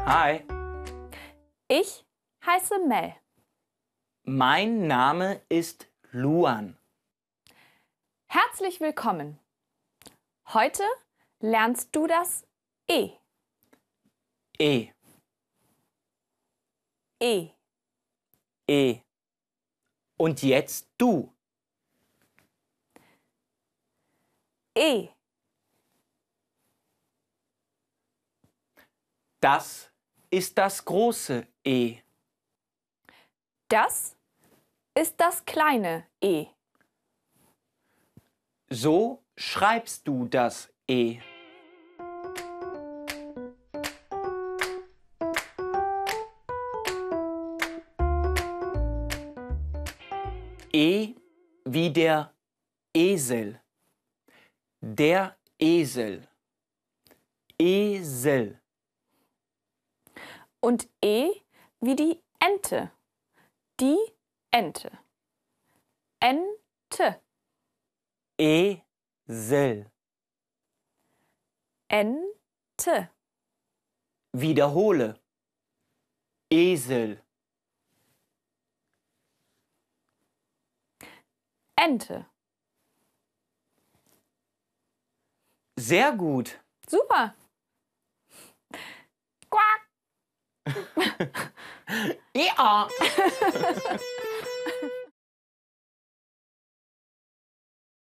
Hi, Ich heiße Mel. mein Name ist Luan. Herzlich willkommen. Heute lernst du das E. E, E. E. Und jetzt du. E. Das ist das große E. Das ist das kleine E. So schreibst du das E. E wie der Esel. Der Esel. Esel. Und E wie die Ente. Die Ente. Ente. Esel. Ente. Wiederhole. Esel. Ente. Sehr gut. Super. Quack. Ja.